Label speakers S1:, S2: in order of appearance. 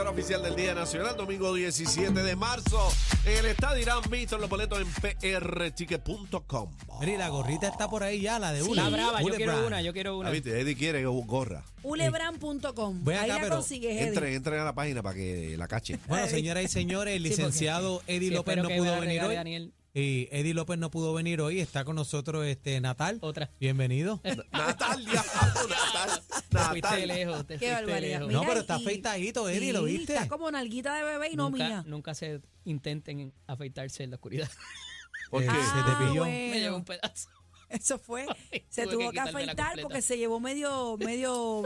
S1: hora oficial del Día Nacional, domingo 17 de marzo. En el Estadio Irán visto en los boletos en prticket.com.
S2: Mira, y la gorrita está por ahí ya, la de una.
S3: Está brava, yo
S2: Hule
S3: quiero
S2: Brand.
S3: una, yo quiero
S1: Ah,
S3: una.
S1: ¿Viste? Eddie quiere que gorra.
S4: Ulebran.com.
S2: Ven
S4: Ahí
S2: acá,
S4: la
S2: pero
S4: consigues, Eddie.
S1: Entren, entren a la página para que la cachen.
S2: Bueno, señoras y señores, el
S3: Sí, porque-
S2: licenciado Eddie
S3: Sí,
S2: López
S3: espero
S2: no
S3: que me
S2: pudo
S3: la
S2: venir
S3: regale,
S2: hoy.
S3: Daniel.
S2: Y Eddie López no pudo venir hoy. Está con nosotros este Natal.
S3: Otra.
S2: Bienvenido.
S3: Pues
S1: Natal, diablo, Natal.
S3: Te fuiste
S1: Natal.
S3: lejos, te
S4: Qué
S3: fuiste
S4: barbaridad.
S3: lejos.
S2: No,
S4: Mira,
S2: pero está
S4: y-
S2: afeitadito, Eddie,
S4: sí,
S2: ¿lo viste?
S4: Está como nalguita de bebé y no
S3: nunca,
S4: mía.
S3: nunca se intenten afeitarse en la oscuridad.
S1: ¿Por
S2: Eh,
S1: qué?
S2: se te pilló.
S3: Me llevo un
S4: Ah, bueno,
S3: pedazo.
S4: eso fue.
S3: Ay,
S4: Se
S3: tuve que
S4: tuvo que
S3: quitármela
S4: afeitar
S3: completa.
S4: porque se llevó medio, medio